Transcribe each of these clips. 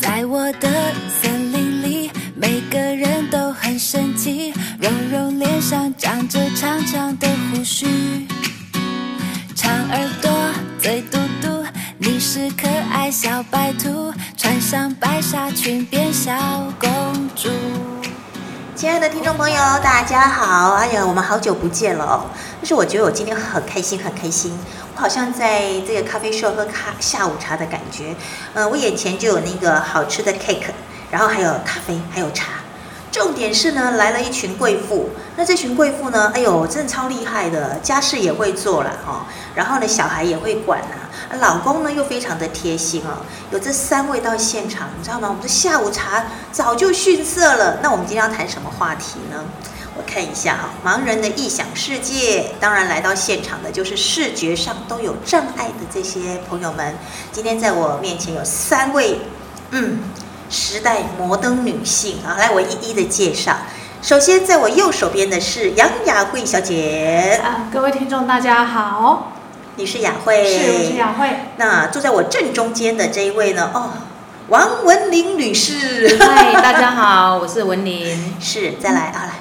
在我的森林里，每个人都很神奇。柔柔脸上长着长长的胡须，长耳朵，嘴嘟嘟，你是可爱小白兔，穿上白纱裙变小公主。亲爱的听众朋友，大家好！哎呀，我们好久不见了哦。但是我觉得我今天很开心，很开心。我好像在这个咖啡社喝咖下午茶的感觉。呃，我眼前就有那个好吃的 cake，然后还有咖啡，还有茶。重点是呢，来了一群贵妇。那这群贵妇呢，哎呦，真的超厉害的，家事也会做啦，哦。然后呢，小孩也会管啦、啊老公呢又非常的贴心哦。有这三位到现场，你知道吗？我们的下午茶早就逊色了。那我们今天要谈什么话题呢？我看一下啊、盲人的异想世界。当然，来到现场的就是视觉上都有障碍的这些朋友们。今天在我面前有三位，嗯，时代摩登女性啊，来，我一一的介绍。首先，在我右手边的是杨雅慧小姐，啊，各位听众大家好，你是雅慧，是我是雅慧，那坐在我正中间的这一位呢，哦，王文玲女士嗨，大家好，我是文 林。是，再来啊，来，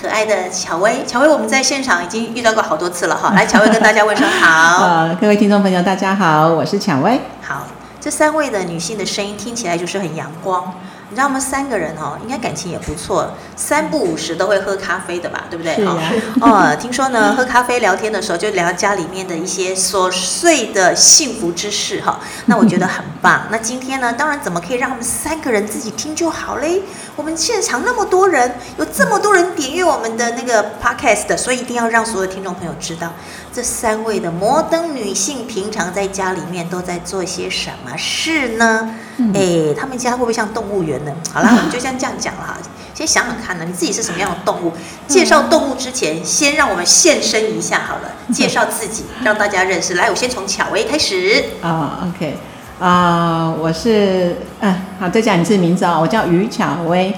可爱的巧薇，巧薇，我们在现场已经遇到过好多次了哈，来，巧薇跟大家问声好，呃，各位听众朋友，大家好，我是蔷薇。好，这三位的女性的声音听起来就是很阳光。你知道吗？三个人哦，应该感情也不错，三不五时都会喝咖啡的吧，对不对？是呀哦哦， 听说呢，喝咖啡聊天的时候就聊家里面的一些琐碎的幸福之事哈、那我觉得很棒。那今天呢，当然怎么可以让他们三个人自己听就好嘞？我们现场那么多人，有这么多人点阅我们的那个 podcast，所以一定要让所有听众朋友知道，这三位的摩登女性平常在家里面都在做些什么事呢？哎，他们家会不会像动物园呢？好啦，我们就先这样讲了哈。先想想看呢，你自己是什么样的动物？介绍动物之前，先让我们现身一下好了，介绍自己，让大家认识。来，我先从巧薇开始。啊、o k 啊、我是，嗯、好，再讲一次名字啊、我叫于巧薇，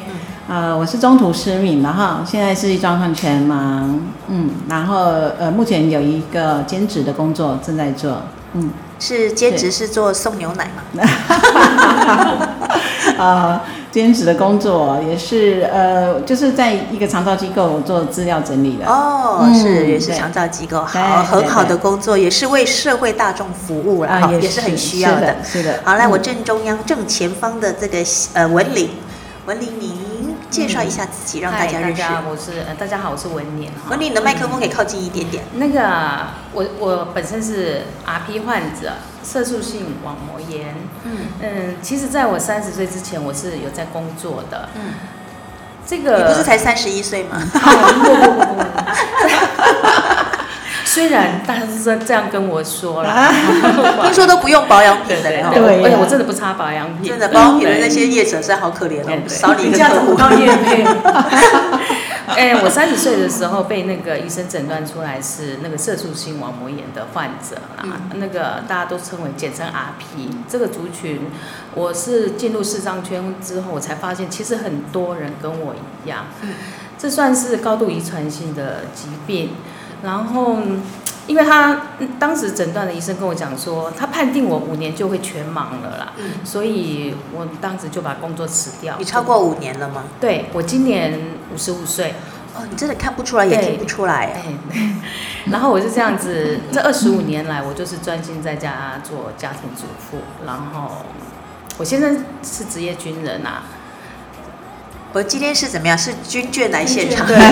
嗯啊、我是中途失明的哈，现在是状况全盲，嗯，然后呃，目前有一个兼职的工作正在做，嗯，是兼职是做送牛奶嘛？呃，兼职的工作也是呃，就是在一个长照机构做资料整理的，哦，嗯是也是对长照机构，对好，对很好的对工作，也是为社会大众服务啦，啊哈也也是是很需要是的的。是的好，来，嗯我正中央正前方的这个呃文玲，文玲，您介绍一下自己，让大家嗨认识。大家我是、呃、大家好，我是文林哈。文玲，你的麦克风可以靠近一点点。那个我我本身是 RP 患者，色素性网膜炎。嗯嗯，其实在我三十岁之前，我是有在工作的。嗯，这你个不是才三十一岁吗？虽然大家是这这样跟我说了， 听说都不用保养对品的对人哦，对，对而且呀我真的不擦保养品，真的保养品的那对些业者是好可怜对哦，对少你一个这样客找不户。到叶配， 哎、我三十岁的时候被那个医生诊断出来是那个色素性网膜炎的患者啦，那个大家都称为简称 RP 这个族群，我是进入视障圈之后，我才发现其实很多人跟我一样，这算是高度遗传性的疾病，然后。嗯因为他嗯当时诊断的医生跟我讲说，他判定我五年就会全盲了啦，嗯所以我当时就把工作辞掉。你超过五年了吗？对我今年五十五岁， 哦，你真的看不出来，也对听不出来。哎，然后我就这样子，这二十五年来，我就是专心在家做家庭主妇。然后我先生是职业军人啊，我今天是怎么样？是军眷来现场，对，职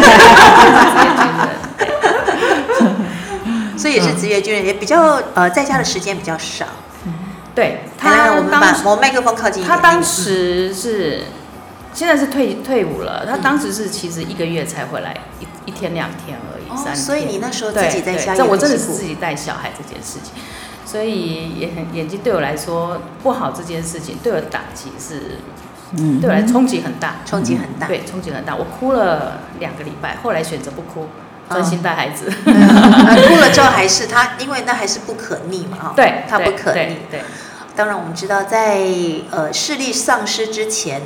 业军人。所以也是嗯职业军人，也比较呃，在家的时间比较少。对来来，他哎我们当把时我麦克风靠近一点。他当时是现在是退退伍了，他当时是其实一个月才回来一一天两天而已，哦，三天。所以你那时候自对己在家对也这我很真的辛是苦自己带小孩这件事情，所以眼眼睛对我来说不好这件事情对我打击是，嗯对我来冲击很大，冲击很大。对冲击很大，我哭了两个礼拜，后来选择不哭，哦专心带孩 子，呃，哭了之后还是他，因为那还是不可逆嘛，哈。哦对，他不对可逆对。对，当然，我们知道在呃视力丧失之前，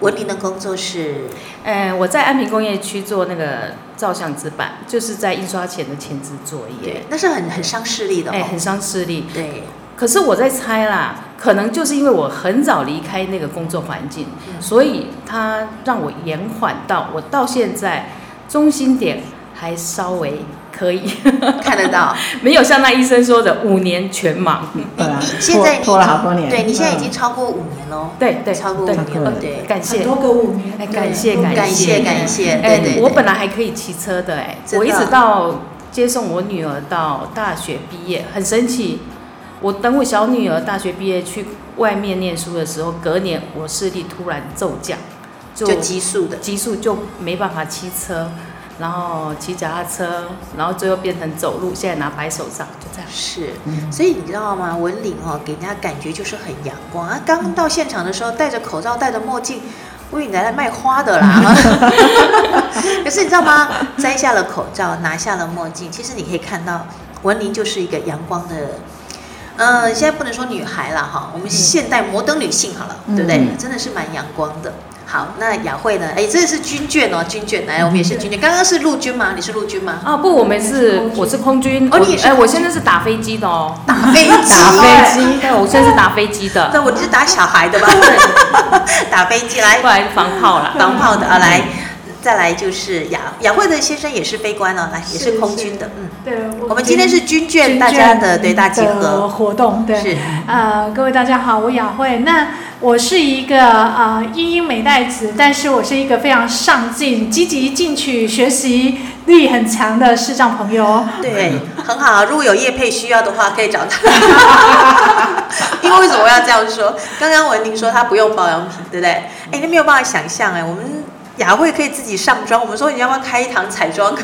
文林的工作是呃，我在安平工业区做那个照相纸板，就是在印刷前的前置作业对，，那是很很伤视力的哎，哦。很伤视力，对，可是我在猜啦，可能就是因为我很早离开那个工作环境，嗯所以它让我延缓到我到现在中心点还稍微可以， 看得到。没有像那医生说的五年全盲。对啊你你现在拖你拖了好多年对你现在已嗯经超过五年喽，对对，超过五对年了，对。感很谢。多个五年，哎感谢感感谢谢感谢，对哎、对对，我本来还可以骑车的哎、真的我一直到接送我女儿到大学毕业，很神奇。我等我小女儿大学毕业去外面念书的时候，隔年我视力突然骤降，就就激素的，激素就没办法骑车，然后骑脚踏车，然后最后变成走路，现在拿白手杖，就这样。是，嗯所以你知道吗？文玲哦，给人家感觉就是很阳光嗯啊。刚到现场的时候，戴着口罩，戴着墨镜，我以为你来卖花的 啦。可是你知道吗？摘下了口罩，拿下了墨镜，其实你可以看到，文玲就是一个阳光的。嗯呃，现在不能说女孩了哈，我们现代摩登女性好了，对不对？嗯真的是蛮阳光的。好，那雅慧呢？哎，这是军眷哦，军眷，来，我们也嗯是军眷。刚刚是陆军吗？你是陆军 吗？啊不，我们是我是空军，哦我你也是哎、空我军现在是打飞机的哦，打飞机，打飞机，对，我现在是打飞机的， 那我就是打小孩的吧， 打飞机来后来防炮啦。防炮的啊，来，再来就是雅雅慧的先生也是飞官哦，来也是是空军的，嗯，对，我们今天是军眷军大家眷的对大集的合，活动，对，是呃，各位大家好，我雅慧。那我是一个呃英英美代子，但是我是一个非常上进、积极进取、学习力很强的视障朋友。 对，很好。啊如果有业配需要的话，可以找他。因为为什么要这样说？刚刚文玲说她不用保养品，对不对？哎，你没有办法想象哎，我们雅慧可以自己上妆。我们说你要不要开一堂彩妆课？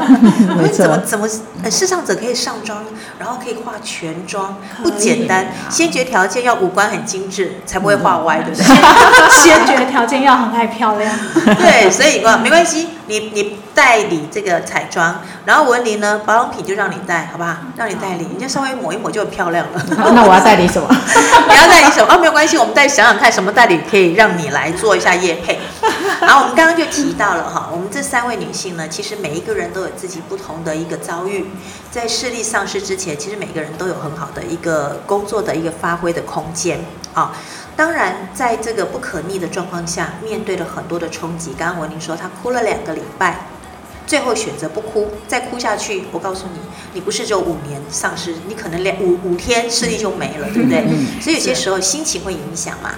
我没们错怎么怎么呃视障者可以上妆，然后可以化全妆，不可以简单。先决条件要五官很精致，才不会画歪，对不对？先决条件要很爱漂亮，对，所以哦没关系，你你代理这个彩妆，然后文林呢，保养品就让你带，好不好？让你代理，你就稍微抹一抹就很漂亮了。那我要代理什么？ 你要代理什么？哦，没有关系，我们再想想看什么代理可以让你来做一下业配。然后我们刚刚就提到了哈，我们这三位女性呢，其实每一个人都有自己不同的一个遭遇，在视力丧失之前，其实每个人都有很好的一个工作的一个发挥的空间啊。当然，在这个不可逆的状况下，面对了很多的冲击。刚刚文玲说她哭了两个礼拜，最后选择不哭，再哭下去，我告诉你，你不是只有五年丧失，你可能两五五天视力就没了，对不对？所以有些时候心情会影响嘛。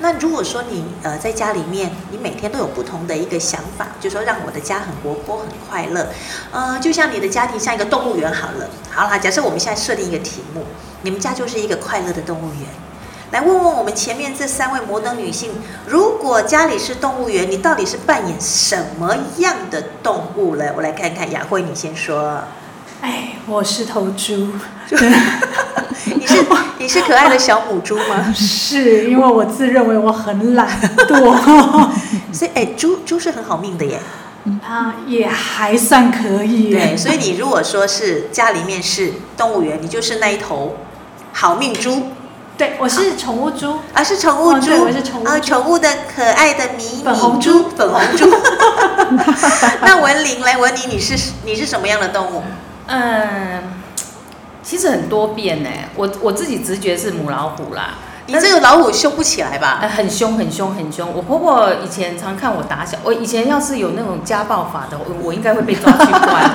那如果说你呃在家里面，你每天都有不同的一个想法，就说让我的家很活泼、很快乐，呃，就像你的家庭像一个动物园好了。好啦，假设我们现在设定一个题目，你们家就是一个快乐的动物园。来问问我们前面这三位摩登女性，如果家里是动物园，你到底是扮演什么样的动物嘞？我来看看，雅慧，你先说，哎，我是头猪，你 是你是可爱的小母猪吗？是因为我自认为我很懒惰， 所以，哎，猪猪是很好命的耶。啊，也还算可以。对，所以你如果说是家里面是动物园，你就是那一头好命猪，对，我是宠物猪，啊，是宠物哦猪，对我是宠物啊，猪宠物的可爱的迷粉你红猪猪，粉红猪。 那文玲来，文玲，你是你是什么样的动物？嗯，其实很多变呢、我我自己直觉是母老虎啦，你这个老虎凶不起来吧？呃，很凶很凶很凶。我婆婆以前常看我打小，我以前要是有那种家暴法的，我我应该会被抓去 关。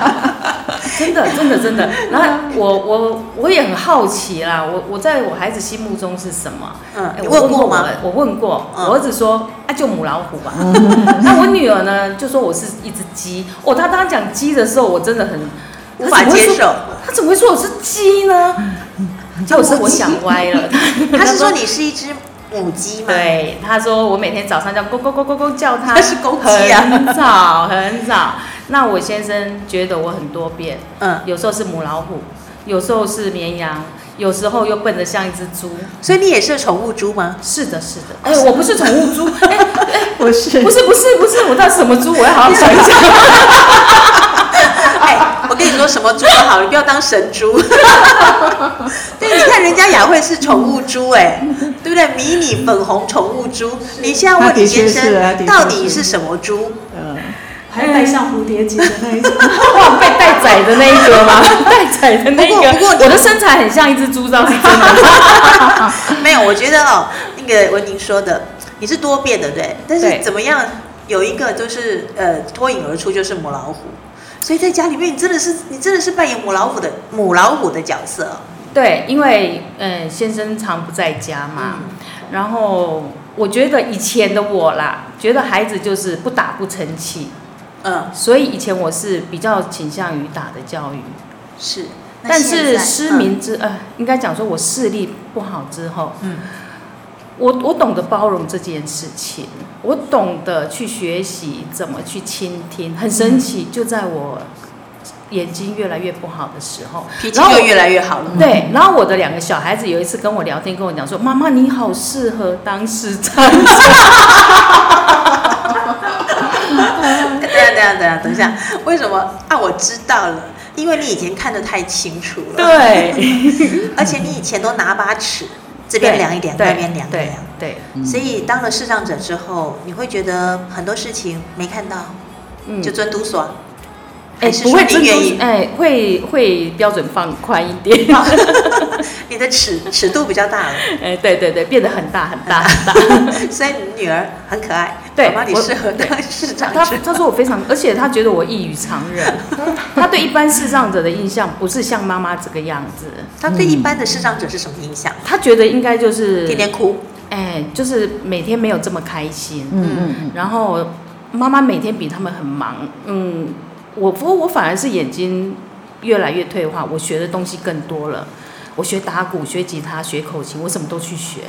真的真的真的。然后我我我也很好奇啦，我我在我孩子心目中是什么？呃嗯哎，你我问过吗？我问过，嗯我儿子说啊，就母老虎 吧。那我女儿呢，就说我是一只鸡。哦，她当她讲鸡的时候，我真的很无法接。 受。她怎么会说她怎么会说我是鸡呢？结果是我想歪了。他是说你是一只母鸡吗？，对，他说我每天早上叫咕咕咕咕咕叫他，那是公鸡啊很早很早。那我先生觉得我很多变，嗯，有时候是母老虎，有时候是绵羊，有时候又笨得像一只猪。所以你也是宠物猪吗？是的，是的，哎、我不是宠物猪，哎、哎、不是，不是不是不是，我到底什么猪？我要好好想一想。 哎，我跟你说什么猪都好，你不要当神 猪。对，你看人家雅慧是宠物猪，哎，对不对？迷你粉红宠物猪，你现在问他你的确先是他的生确到底是是 什么猪？呃，还要戴上蝴蝶结的那一种。哇，被带宰的那一个吗？带宰的那一不过不过个，我的身材很像一只猪，倒是真的。没有，我觉得哦，那个文婷说的，你是多变的，对不对？但对是怎么样有一个就是呃脱颖而出就是母老虎，所以在家里面你真的是你真的是扮演母老虎的母老虎的角色，对，因为嗯、呃先生常不在家嘛，嗯然后我觉得以前的我啦，觉得孩子就是不打不成器，嗯，所以以前我是比较倾向于打的教育。是。那但现是在失，明之、呃，应该讲说我视力不好之后，嗯我我懂得包容这件事情，我懂得去学习怎么去倾听，很神奇，嗯就在我眼睛越来越不好的时候嗯，脾气然后又越来越好了。对，然后我的两个小孩子有一次跟我聊天，跟我讲说：“妈妈，你好适合当市长。 等一下等一下等一下啊等一下，为什么啊？我知道了，因为你以前看得太清楚”了，，对，而且你以前都拿把尺，这边量一量，对那边量一对量，对，所以当了视障者之后，你会觉得很多事情没看到，嗯就遵督 所，哎还，是不说会你真愿意哎，会会标准放宽一 点，你的尺尺度比较大了，哎，对对对，变得很大很大很大。 所以你女儿很可爱，对妈妈你我适合对当市长他者他说我非常，而且他觉得我异于常 人，他对一般视障者的印象不是像妈妈这个样子，他对一般的视障者是什么印象？他觉得应该就是天天哭，哎，就是每天没有这么开心，嗯嗯嗯，然后妈妈每天比他们很忙，嗯，我不过我反而是眼睛越来越退化，我学的东西更多了。我学打鼓，学吉他，学口琴，我什么都去学。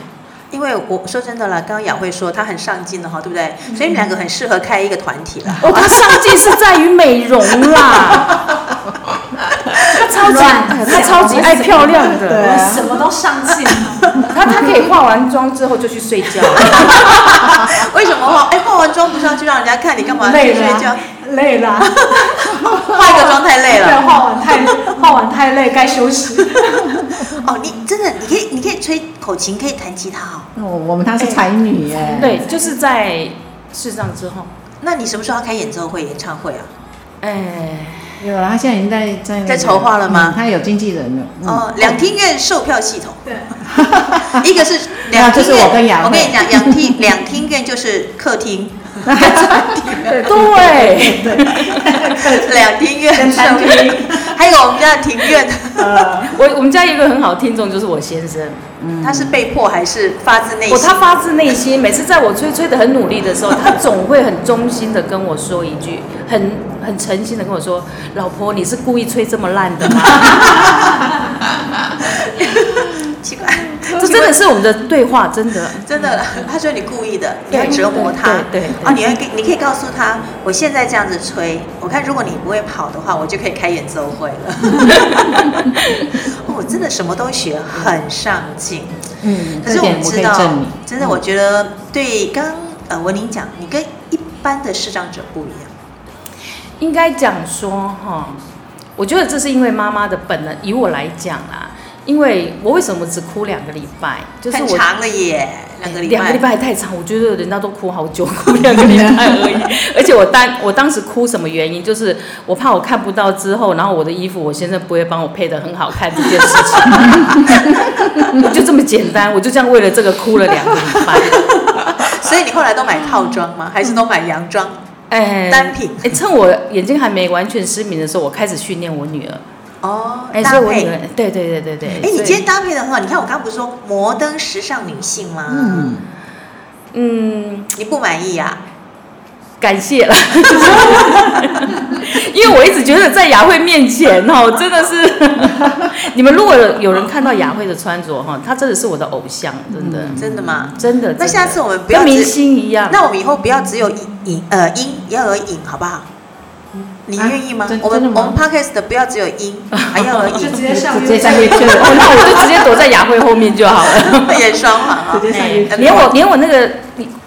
因为我说真的啦，刚刚雅慧说她很上进的哈，对不对？所以你们两个很适合开一个团体啦。 哦，他上进是在于美容 啦，他超级，哎他超级爱漂亮对的，啊什么都上 进，他他可以化完妆之后就去睡觉。为什么化？哎，化完妆不上去让人家看你干嘛？累去睡了觉啊，，累了啊，化一个妆太累 对，了。化完太化完太累，该休息。哦，你真的，你可以，你可以吹口琴，可以弹吉他哦。那我我们她是才女耶，对，就是在视障之后，那你什么时候要开演奏会、演唱会啊？哎，有了，她现在已经在在那个在筹划了吗嗯她有经纪人了，嗯啊哦，两厅院售票系统，对，一个是两厅就是院，我跟雅慧我跟你讲，两厅两厅院就是客厅， 对，两厅院售票， 还有我们家的庭院， 我我们家有一个很好的听众就是我先生，他是被迫还是发自内我心？他发自内心，每次在我吹吹的很努力的时候，他总会很衷心的跟我说一句，很很诚心的跟我说：“老婆，你是故意吹这么烂的吗 奇怪，？”这真的是我们的对话，真的。真的，他说你故意的，你对要折磨他，对对对啊，你要跟你可以告诉他，我现在这样子吹，我看如果你不会跑的话，我就可以开演奏会了。嗯 哦，我真的什么都学，很上进。嗯，可这是我点们我可知以道证明，，真的，我嗯觉得对刚刚呃文玲讲，你跟一般的视障者不一样，应该讲说哈，我觉得这是因为妈妈的本能。以我来讲啦，因为我为什么只哭两个礼拜，就是很我哎长了耶，两个礼拜，两个礼拜太长，我觉得人家都哭好久， 哭两个礼拜而已。而且我当我当时哭什么原因，就是我怕我看不到之后，然后我的衣服我先生不会帮我配的很好看这件事情， 我就这么简单，我就这样为了这个哭了两个礼拜。所以你后来都嗯买套装吗？还是都买洋装？哎， 单品哎，趁我眼睛还没完全失明的时候，我开始训练我女儿。哦，哎，搭所以我配女。儿，对对对对对。哎，你所今以天搭配的很好，你看我刚刚不是说摩登时尚女性吗？嗯，嗯。你不满意啊呀、感谢了， 因为我一直觉得在雅慧面前哦，真的是， 你们如果有人看到雅慧的穿着哈，她真的是我的偶像，真的，真的吗？嗯真的。嗯那下次我们不跟要明只，星一样，那我们以后不要只有影影呃音，也要有影，好不好？嗯你啊愿意吗？真我们真的我吗们 podcast 的不要只有 音，还要有就直影，接上直接上 YouTube YouTube，哦那我就直 接躲在雅慧后面就好了。演双簧 啊！直接上哎 YouTube 连我连我那个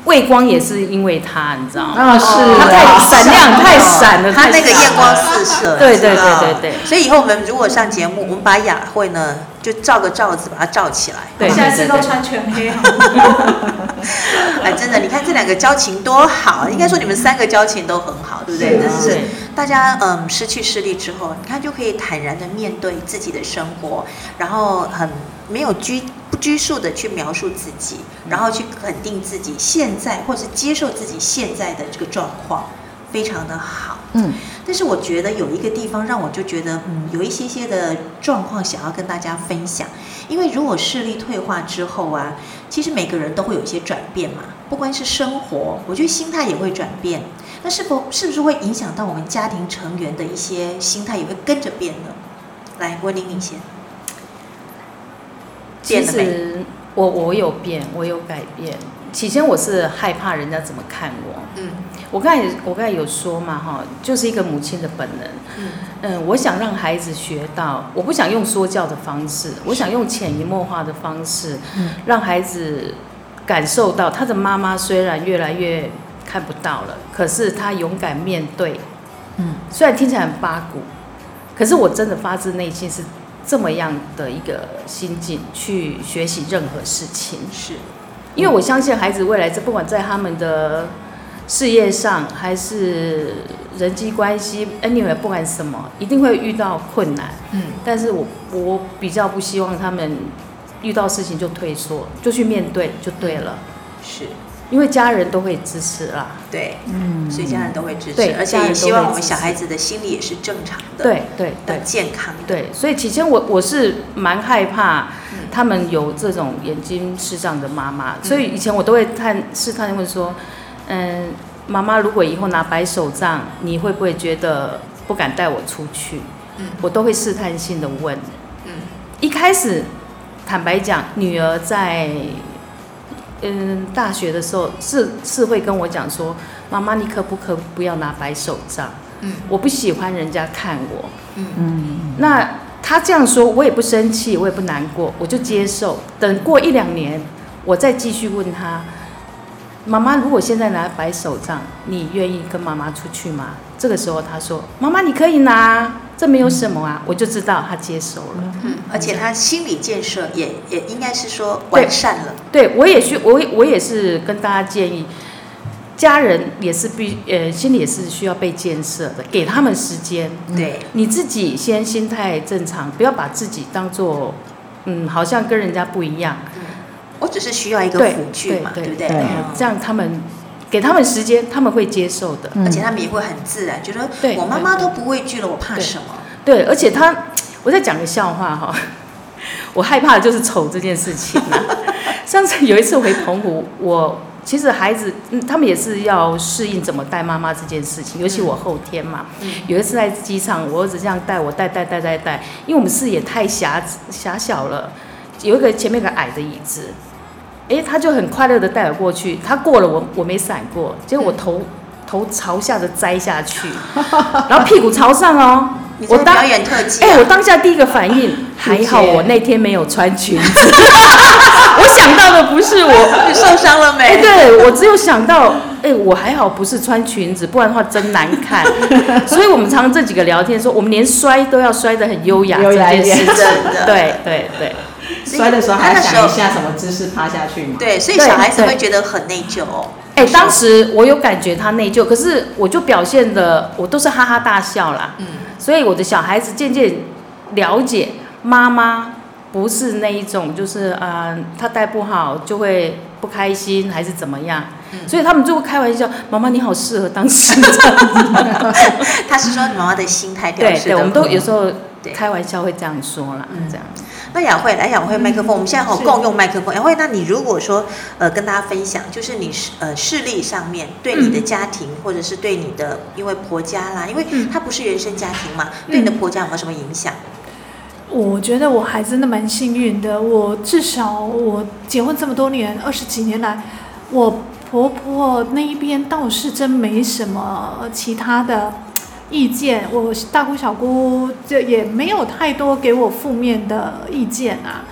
畏光也是因为她，你知道吗？啊是，她太闪亮，太闪了，他太那个闪了艳光四射，对对知道对对对所以以后我们如果上节目，我们把雅慧呢就照个罩子把它罩起来。对，下次对都对穿全黑好吗？ 哎，真的，你看这两个交情多好，应该说你们三个交情都很好，对不对？是但啊是对大家嗯失去视力之后，你看就可以坦然的面对自己的生活，然后很没有拘不拘束的去描述自己，嗯然后去肯定自己现在，或是接受自己现在的这个状况，非常的好。嗯，但是我觉得有一个地方让我就觉得，嗯，有一些些的状况想要跟大家分享，因为如果视力退化之后啊，其实每个人都会有一些转变嘛，不光是生活，我觉得心态也会转变。那是否是不是会影响到我们家庭成员的一些心态也会跟着变呢？来，温玲你先，其变了没？实我我有变，我有改变。起先我是害怕人家怎么看我，嗯我刚才也我刚才有说嘛哈，就是一个母亲的本能。嗯嗯，我想让孩子学到，我不想用说教的方式，我想用潜移默化的方式，让孩子感受到他的妈妈虽然越来越看不到了，可是他勇敢面对。嗯，虽然听起来很八股，可是我真的发自内心是这么样的一个心境去学习任何事情。是因为我相信孩子未来在不管在他们的事业上，还是人际关系，anyway，不管什么，一定会遇到困难。嗯但是我我比较不希望他们遇到事情就退缩，就去面对就对了，是因为家人都会支持啦。对，嗯，所以家人都会支持对，而且家人也都希望会我们支小持孩子的心理也是正常的，对对对的健康的，对，所以起先我我是蛮害怕他们有这种眼睛视障的妈妈，所以以前我都会探试探问说，嗯，妈妈如果以后拿白手杖，你会不会觉得不敢带我出去？嗯我都会试探性的问。嗯一开始，坦白讲，女儿在嗯大学的时候是是会跟我讲说，妈妈你可不可不要拿白手杖？嗯我不喜欢人家看我。嗯那他这样说，我也不生气，我也不难过，我就接受。等过一两年，我再继续问他：“妈妈，如果现在拿白手杖，你愿意跟妈妈出去吗？”这个时候他说：“妈妈，你可以拿，这没有什么啊。”我就知道他接受了。嗯，而且他心理建设也也应该是说对完善了，对我也需我也我也是跟大家建议，家人也是必呃心里也是需要被建设的，给他们时间。对，你自己先心态正常，不要把自己当做，嗯，好像跟人家不一样，我哦只是需要一个对辅具嘛，对对不对？对嗯这样他们给他们时间，他们会接受的。嗯而且他们也会很自然，觉得对我妈妈对都不畏惧了，我怕对什么？对，而且他，我在讲个笑话哈、 我害怕的就是丑这件事情、 啊。上次有一次回澎湖，我其实孩子、嗯、他们也是要适应怎么带妈妈这件事情，尤其我后天嘛。嗯有一次在机场，我儿子这样带我带带带带带，因为我们视野太狭狭小了，有一个前面有个矮的椅子。诶，他就很快乐的带我过去，他过了我，我没闪过，结果我头、嗯头朝下的栽 下去，然后屁股朝上哦你，在我当表演特技哎、啊？我当下第一个反 应，还好我那天没有穿裙子。 我想到的不是我， 你受伤了哎、没？对我只有想到，哎、我还好不是穿裙子，不然的话真难 看。所以我们常常这几个聊天说，我们连摔都要摔得很优雅优这雅一件点事情。真的对对对，摔的时候他还要那时想候一下什么姿势趴下去嘛。对，所以对小孩子对会觉得很内疚哦。哎、当时我有感觉他内疚，可是我就表现的我都是哈哈大笑啦。嗯所以我的小孩子渐渐了解妈妈不是那一种，就是啊、呃他带不好就会不开心还是怎么样，所以他们就会开玩笑，妈妈你好适合当市长，他是说你妈妈的心态调对试对，的嗯我们都有时候对开玩笑会这样说啦，这样。那雅慧来，雅慧麦克嗯风，我们现在好是共用麦克风。雅慧，那你如果说呃跟大家分享，就是你视呃视力上面对嗯你的家庭，或者是对你的因为婆家啦，因为嗯她不是原生家庭嘛，嗯对你的婆家有没有什么影响？我觉得我还真的蛮幸运的，我至少我结婚这么多年，二十几年来，我婆婆那一边倒是真没什么其他的意见，我大姑小姑就也没有太多给我负面的意见啊。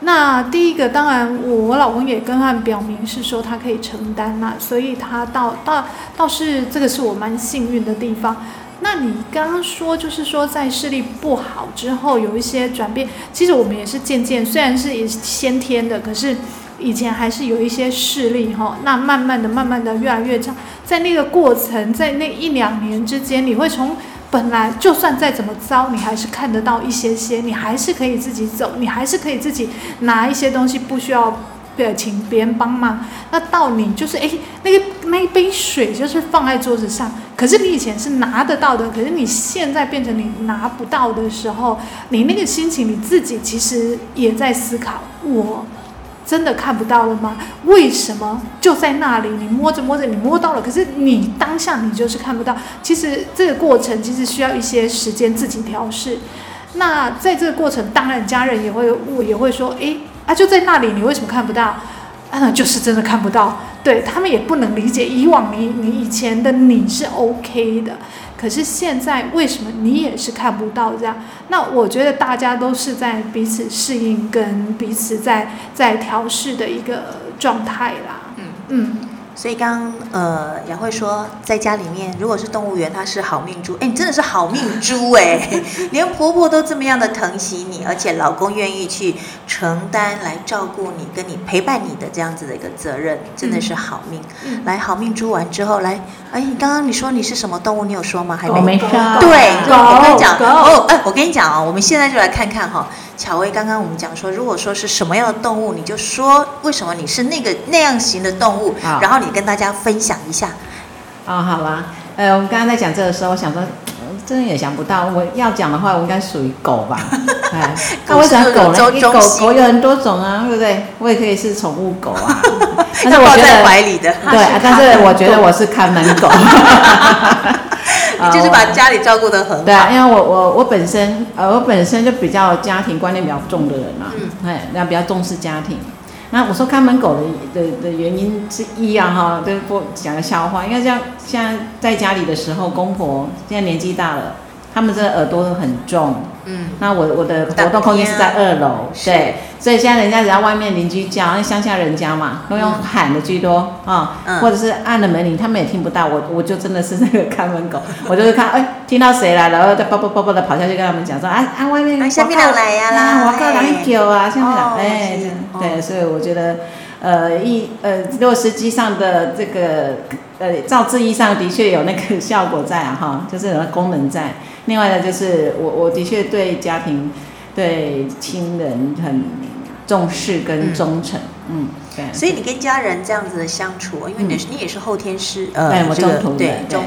那第一个，当然我我老公也跟他表明是说他可以承担啦、所以他倒倒倒是这个是我蛮幸运的地方。那你刚刚说，就是说在视力不好之后有一些转变，其实我们也是渐渐，虽然是也是先天的，可是以前还是有一些势力哈，那慢慢的、慢慢的越来越这样，在那个过程，在那一两年之间，你会从本来就算再怎么糟，你还是看得到一些些，你还是可以自己走，你还是可以自己拿一些东西，不需要。对，请别人帮忙。那到你就是哎，那个那一杯水就是放在桌子上，可是你以前是拿得到的，可是你现在变成你拿不到的时候，你那个心情你自己其实也在思考，我真的看不到了吗？为什么就在那里？你摸着摸着，你摸到了，可是你当下你就是看不到。其实这个过程其实需要一些时间自己调试。那在这个过程，当然家人也会我也会说，诶，啊就在那里，你为什么看不到？嗯，就是真的看不到。对他们也不能理解，以往你你以前的你是 OK 的，可是现在为什么你也是看不到这样？那我觉得大家都是在彼此适应跟彼此在在调试的一个状态啦。嗯嗯，所以刚呃，雅慧说，在家里面如果是动物园，它是好命猪，哎，你真的是好命猪 哎，连婆婆都这么样的疼惜你，而且老公愿意去承担来照顾你，跟你陪伴你的这样子的一个责任，真的是好命。嗯来，好命猪完之后，来，哎，你刚刚你说你是什么动物？你有说吗？还我没狗说啊，对，狗我跟你讲，狗哦，哎，我跟你讲哦，我们现在就来看看哈、巧薇刚刚我们讲说，如果说是什么样的动物，你就说为什么你是那个那样型的动物，好然后你跟大家分享一 下。哦，好啦，呃，我们刚刚在讲这个时候，我想说，呃真的也想不到，我要讲的话，我应该属于狗吧？哎，那为什么狗狗是有呢？种因为中狗性狗有很多种啊，对不对？我也可以是宠物狗啊，但是要我抱觉在得怀里的，对， 啊但是我觉得我是看门狗， 你 就是把啊家里照顾得很我对好。啊，因为我我我本身呃，我本身就比较家庭观念比较重的人嘛，嗯哎，那比较重视家庭。那我说看门狗的的的原因之一啊，哈，就是不讲个笑话，因为这样现在在家里的时候，公婆现在年纪大了，他们这耳朵都很重，嗯，那我我的活动空间是在二楼，是对，所以现在人家只要外面邻居叫，那乡下人家嘛，都用嗯喊的居多啊，嗯或者是按了门铃，他们也听不到，我我就真的是那个看门狗， 我就是看哎听到谁来了，然后再叭叭叭叭的跑下去跟他们讲说啊啊外面哎下面广告人来呀啦哎我告人叫啊，下哦面人哎是哦对，所以我觉得呃一呃如果实际上的这个呃照字义上的确有那个效果在啊哈，就是有那功能在。另外呢，就是我我的确对家庭、对亲人很重视跟忠诚，嗯，对。所以你跟家人这样子的相处，因为你是、你也是后天失呃嗯哎，我这个中途的对中对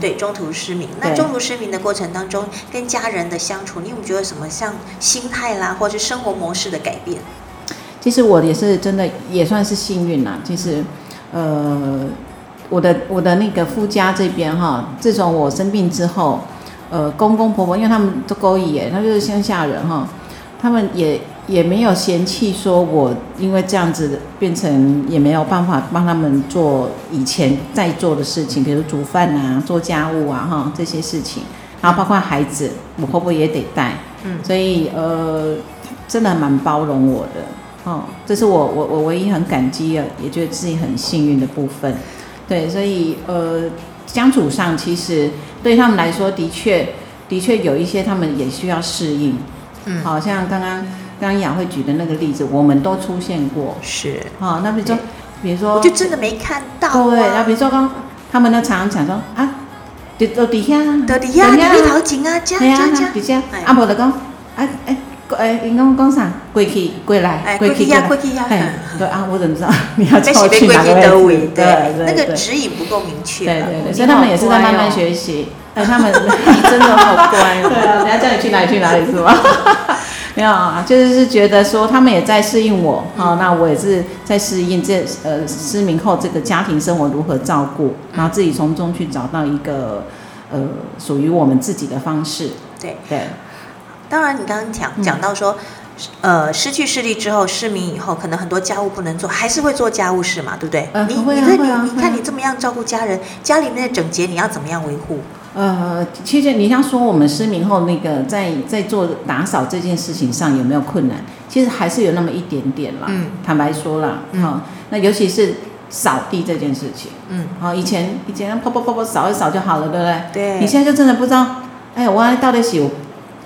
对对中途失明。那对中途失明的过程当中，跟家人的相处，你有没有觉得什么像心态啦，或者是生活模式的改变？其实我也是真的也算是幸运啦。其实，呃，我的我的那个夫家这边哈，自从我生病之后，呃，公公婆婆因为他们都勾引耶，他就是乡下人哈，他们也也没有嫌弃说我因为这样子变成也没有办法帮他们做以前在做的事情，比如煮饭啊、做家务啊哈这些事情，然后包括孩子，我婆婆也得带，嗯所以呃，真的蛮包容我的。哦，这是我我我唯一很感激的，也觉得自己很幸运的部分。对，所以呃，相处上其实对他们来说，的确的确有一些他们也需要适应。嗯好像刚刚刚刚雅慧举的那个例子，我们都出现过。是，哦，那比如说，比如说，我就真的没看到、啊。对，然后比如说刚他们呢常常讲说啊，就都底下，就伫遐，就伫那咧头前啊，遮对啊遮，遮，底下哎，啊，无就讲啊哎。哎，因讲讲啥？过去，过来，哎，过去过呀，来过。去呀，哎，对啊，我怎么知道 你要在叫是我被去过哪去个德位位置？对，那个对指引不够明确。对对对，你所以他们也是在慢好乖慢哦学习。哎，他们 你真的好乖 对哦。啊，人家叫你去哪里去哪里是吗？ 没有啊，就是是觉得说他们也在适应我，嗯好、那我也是在适应这呃失明后这个家庭生活如何照顾，嗯然后自己从中去找到一个呃属于我们自己的方式。对对，当然，你刚刚讲嗯讲到说，呃，失去视力之后，失明以后，可能很多家务不能做，还是会做家务事嘛，对不对？呃你你会啊看会啊你你会啊看你这么样照顾家人，家里面的整洁你要怎么样维护？呃，其实你像说我们失明后那个在在做打扫这件事情上有没有困难？其实还是有那么一点点啦。嗯，坦白说啦，嗯好那尤其是扫地这件事情，嗯，好，以前以前啪啪啪啪扫一扫就好了，对不对？对你，现在就真的不知道，哎，我到底洗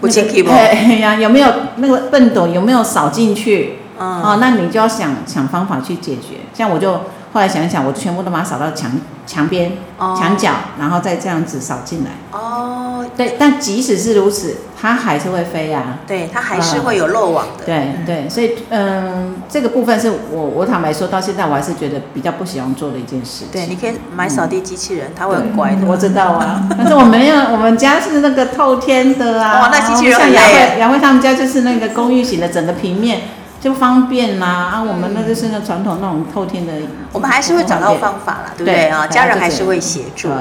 不清气不 哎呀，有没有那个笨斗有没有扫进去？嗯哦，那你就要想想方法去解决。像我就后来想一想，我全部都把它扫到墙墙边、哦墙角，然后再这样子扫进来。哦，对，但即使是如此，它还是会飞啊。对，它还是会有漏网的。对对，所以嗯，这个部分是我我坦白说到现在，我还是觉得比较不喜欢做的一件事情。对，你可以买扫地机器人，它会嗯很乖的。我知道 啊，但是我们要我们家是那个透天的啊，哇哦那机器人像很雅累啊慧雅慧他们家就是那个公寓型的，整个平面就方便啦、啊。我们那就是那传统那种透天的，嗯我们还是会找到方法啦，对不对啊？对家人还是会协助对。。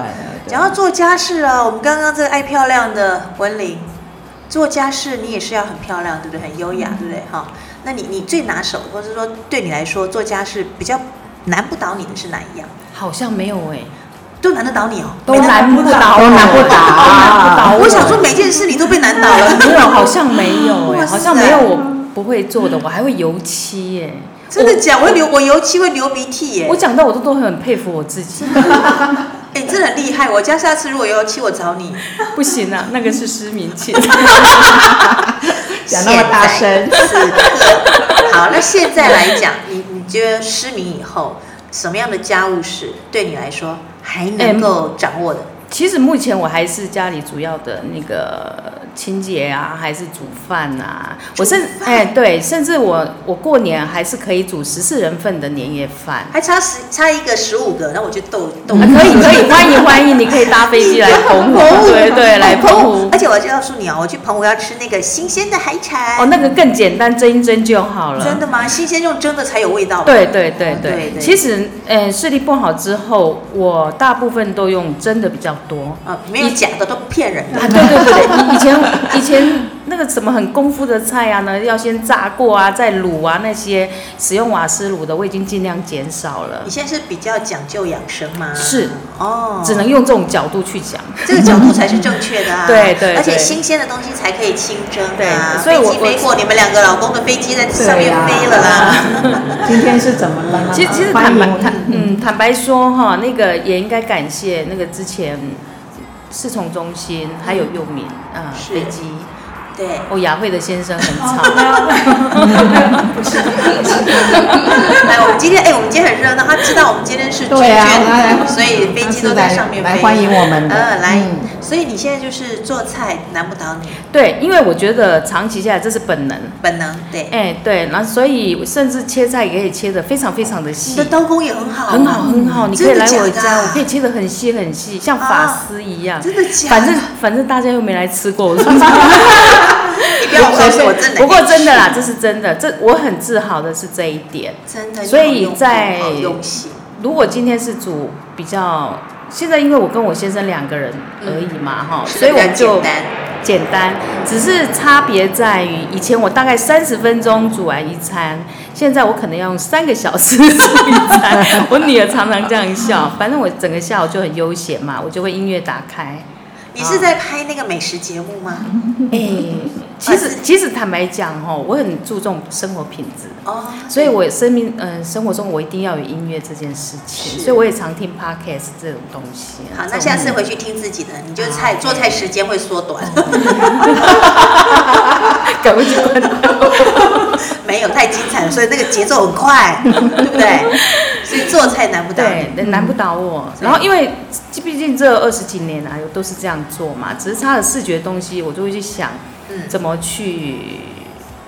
讲到做家事啊，我们刚刚这个爱漂亮的文玲，做家事你也是要很漂亮，对不对？很优嗯雅，对不对？哈，那你你最拿手，或者说对你来说做家事比较难不倒你的是哪一样？好像没有哎、都难得倒你哦，都难不倒啊都难不倒，都难不倒啊我想说每件事你都被难倒了， 没有，好像没有哦哎、哇塞好像没有我不会做的，我还会油漆耶、真的假？我会流我尤其会流鼻涕耶我。讲到我都都很佩服我自己， 哎，你真的很厉害！我家下次如果有油漆，我找你。不行啊，那个是失明期。 讲那么大声现 在是的。好，那现在来讲，你你觉得失明以后，什么样的家务事对你来说还能够掌握的？其实目前我还是家里主要的那个清洁啊，还是煮饭啊。我甚煮饭哎、对，甚至我我过年还是可以煮十四人份的年夜饭。还差十差一个十五个，那我就斗斗。啊可以可以，欢迎欢迎，你可以搭飞机来 澎湖，哦嗯对对，来澎湖。而且我就告诉你哦，我去澎湖要吃那个新鲜的海产。哦，那个更简单，蒸一蒸就好了。真的吗？新鲜用蒸的才有味道。对对对啊对，对对其实，呃，视力不好之后，我大部分都用真的比较多。啊，没有假的，都不骗人的。啊，对对对 对，以前以前那个什么很功夫的菜啊呢，要先炸过啊，再卤啊那些，使用瓦斯炉的我已经尽量减少了你，现在是比较讲究养生吗？是哦，只能用这种角度去讲。这个角度才是正确的啊！ 对对对而且新鲜的东西才可以清蒸啊！对所以我啊飞机飞过，你们两个老公的飞机在上面飞了 啦！啦。啊今天是怎么了呢？其实其实欢坦迎白我坦嗯坦白说哈，那个也应该感谢那个之前四从中心还有佑敏啊、是飞机。对，哦，雅慧的先生 很吵，来，我们今天哎，我们今天很热闹，他知道我们今天是对啊军来来所以飞机都在上面飞来欢迎我们的嗯，来嗯，所以你现在就是做菜难不倒你，对，因为我觉得长期下来这是本能，本能对。哎，对，然后所以甚至切菜也可以切得非常非常的你细的，刀工也很好，啊很好很好，你可以真的来假我的家，啊我可以切得很细很细，像法师一样。真的假的？反正反正大家又没来吃过，我说你不要告诉我真的，不过真的啦，这是真的，这我很自豪的是这一点。真的，所以你好用在好用心，如果今天是煮比较，现在因为我跟我先生两个人而已嘛，哈、是所以比我较们就简单简单，只是差别在于以前我大概三十分钟煮完一餐，现在我可能要用三个小时煮一餐。我女儿常常这样 笑，反正我整个下午就很悠闲嘛，我就会音乐打开。你是在拍那个美食节目吗？ 哎、其实 其实坦白讲哦，我很注重生活品质。哦，所以，我生命，嗯、生活中我一定要有音乐这件事情，是所以我也常听 podcast 这种东西、好，啊。这那种下次回去听自己的，你就菜做菜时间会缩短，嗯 赶快去关掉。 没有太精彩了，所以那个节奏很 快，对不对？所以做菜难不倒你。对，难不倒我。嗯然后因为毕竟这二十几年来都是这样做嘛，只是它的视觉东西，我就会去想嗯，怎么去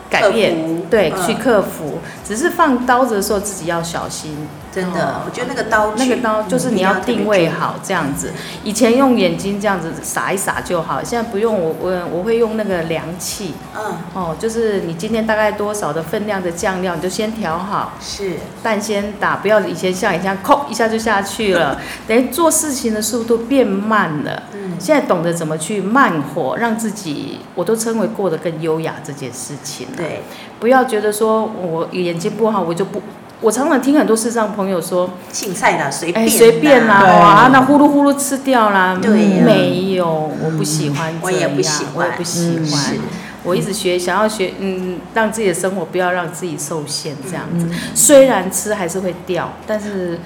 改变克服，对，嗯去克服。只是放刀子的时候自己要小心，真的哦，我觉得那个刀那具个刀就是你要定位好这样子。以前用眼睛这样子撒一撒就好，现在不用我我我会用那个量器嗯，哦，就是你今天大概多少的分量的酱料，你就先调好。是蛋先打，不要以前像以前扣一下就下去了，等于做事情的速度变慢了。嗯现在懂得怎么去慢活，让自己我都称为过得更优雅这件事情、啊。，对，不要觉得说我眼睛不好，我就不。我常常听很多视障朋友说，青菜啦，随哎，便随便啦，对哇，那呼噜呼噜吃掉啦，对呀嗯没有，我不喜欢这样，我也不喜欢我也不喜嗯欢是我一直学，想要学，嗯，让自己的生活不要让自己受限这样嗯子。虽然吃还是会掉，但是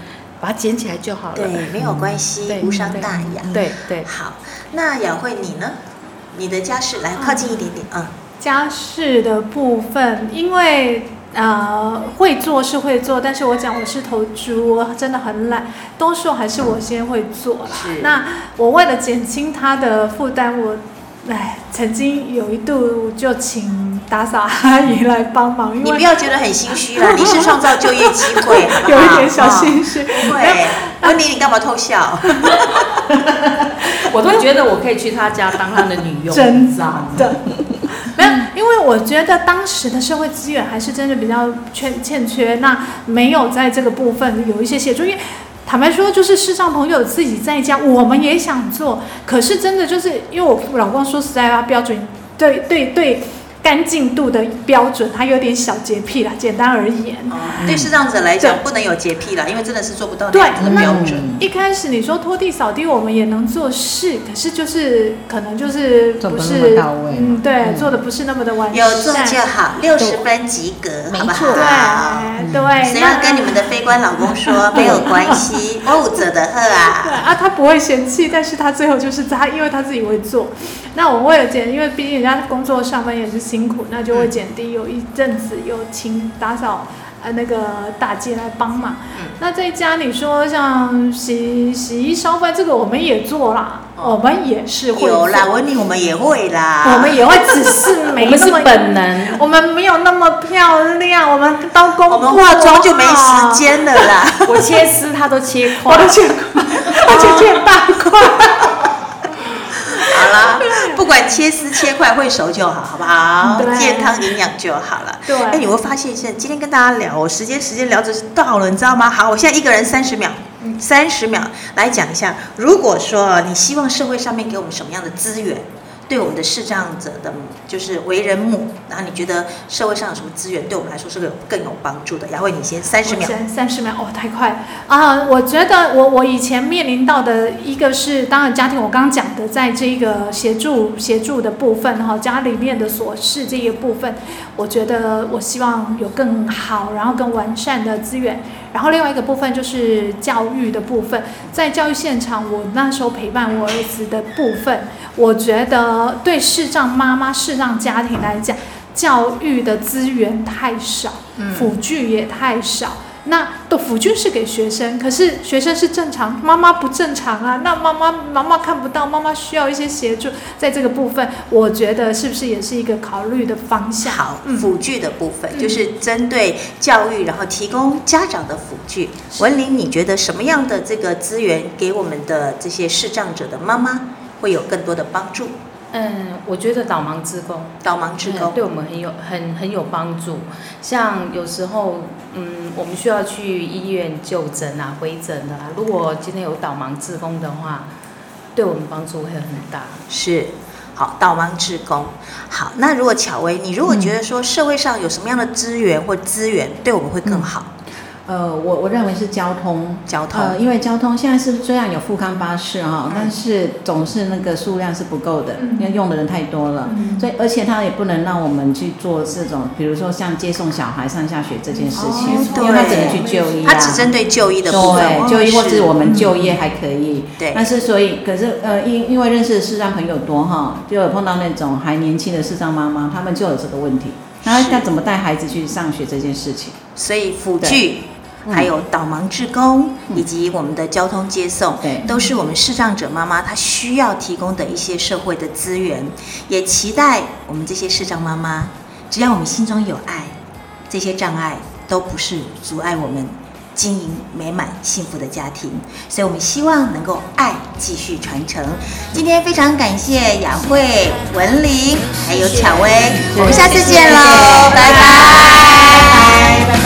把它捡起来就好对了。，没有关系，对无伤大雅。对对，好，那雅慧你呢？嗯嗯你的家事来靠近一点点啊，家事的部分，因为呃，会做是会做，但是我讲我是头猪，我真的很懒，多数还是我先会做啦。是那我为了减轻他的负担，我，哎，曾经有一度就请打扫阿姨来帮忙，因你不为要觉得很心虚啊 啦，你是创造就业机会，好不好有一点小。心虚。对，温迪，你干嘛偷笑？哦我都觉得我可以去他家当他的女 佣，真你知道吗的。没有，因为我觉得当时的社会资源还是真的比较缺欠缺，那没有在这个部分有一些协助。因为坦白说，就是视障朋友自己在家，我们也想做，可是真的就是因为我老公说实在话，标准对对对干净度的标准，他有点小洁癖啦，简单而言。哦对视障者来讲，对不能有洁癖啦，因为真的是做不哦到那对样子的标准。嗯一开始你说拖地、扫地，我们也能做事，可是就是可能就是做不不那么是到位嗯，对，嗯做的不是那么的完善。有做就好，六十分及格，好不好？对哎对，啊嗯谁那要跟你们的非官老公说没有关系， 我有责的喝对啊。啊，他不会嫌弃，但是他最后就是他，因为他自己会做。那我为了减，因为毕竟人家工作上班也是辛苦，那就会嗯减低。有一阵子有请打扫呃那个大街来帮忙。嗯那在家里说像洗洗衣烧饭这个我们也做啦，我们也是会哦有做，啦，温迪我们也会啦。我们也会，只是我没们那是么。本能。我们没有那么漂亮，我们刀工我们不化妆好就没时间了啦。 我切丝，他都切我块都。见过，而且见大块。好啦，不管切丝切块会熟就好，好不好？嗯对健康营养就好了。对哎，你会发现现在今天跟大家聊，时间时间聊着是到了，你知道吗？好，我现在一个人三十秒。嗯三十秒来讲一下，如果说你希望社会上面给我们什么样的资源，对我们的视障者的，就是为人母，然后你觉得社会上有什么资源对我们来说是有更有帮助的？雅慧，你先三十秒。三十秒哦，太快了啊！我觉得我我以前面临到的一个是，当然家庭我刚刚讲的，在这个协助协助的部分哈，家里面的琐事这一部分，我觉得我希望有更好，然后更完善的资源。然后另外一个部分就是教育的部分，在教育现场，我那时候陪伴我儿子的部分，我觉得对视障妈妈、视障家庭来讲，教育的资源太少，辅具也太少。那都辅具是给学生，可是学生是正常，妈妈不正常啊。那妈妈妈妈看不到，妈妈需要一些协助，在这个部分，我觉得是不是也是一个考虑的方向？好，嗯辅具的部分、就是针对教育，然后提供家长的辅具。文玲，你觉得什么样的这个资源给我们的这些视障者的妈妈会有更多的帮助？嗯，我觉得导盲职工，导盲志工嗯、对我们很有很很有帮助。像有时候，嗯，我们需要去医院就诊啊、回诊的啊。如果今天有导盲志工的话，对我们帮助会很大。是。好，导盲志工。好，那如果巧薇，你如果觉得说社会上有什么样的资源或资源对我们会更好，呃，我我认为是交通，交通呃，因为交通现在是虽然有富康巴士哈、嗯但是总是那个数量是不够的，嗯因为用的人太多了，嗯所以而且它也不能让我们去做这种，比如说像接送小孩上下学这件事情，哦因为它只能去对就医、啊，它只针对就医的部分，对，就医或是嗯是我们就业还可以。对但是所以可是呃，因因为认识的视障朋友多哈，就有碰到那种还年轻的视障妈妈，他们就有这个问题，那是要怎么带孩子去上学这件事情？所以辅具对。还有导盲志工嗯以及我们的交通接送，对都是我们视障者妈妈她需要提供的一些社会的资源，也期待我们这些视障妈妈，只要我们心中有爱，这些障碍都不是阻碍我们经营美满幸福的家庭。所以我们希望能够爱继续传承。今天非常感谢雅慧、文玲还有巧薇，我们下次见喽，拜拜。拜拜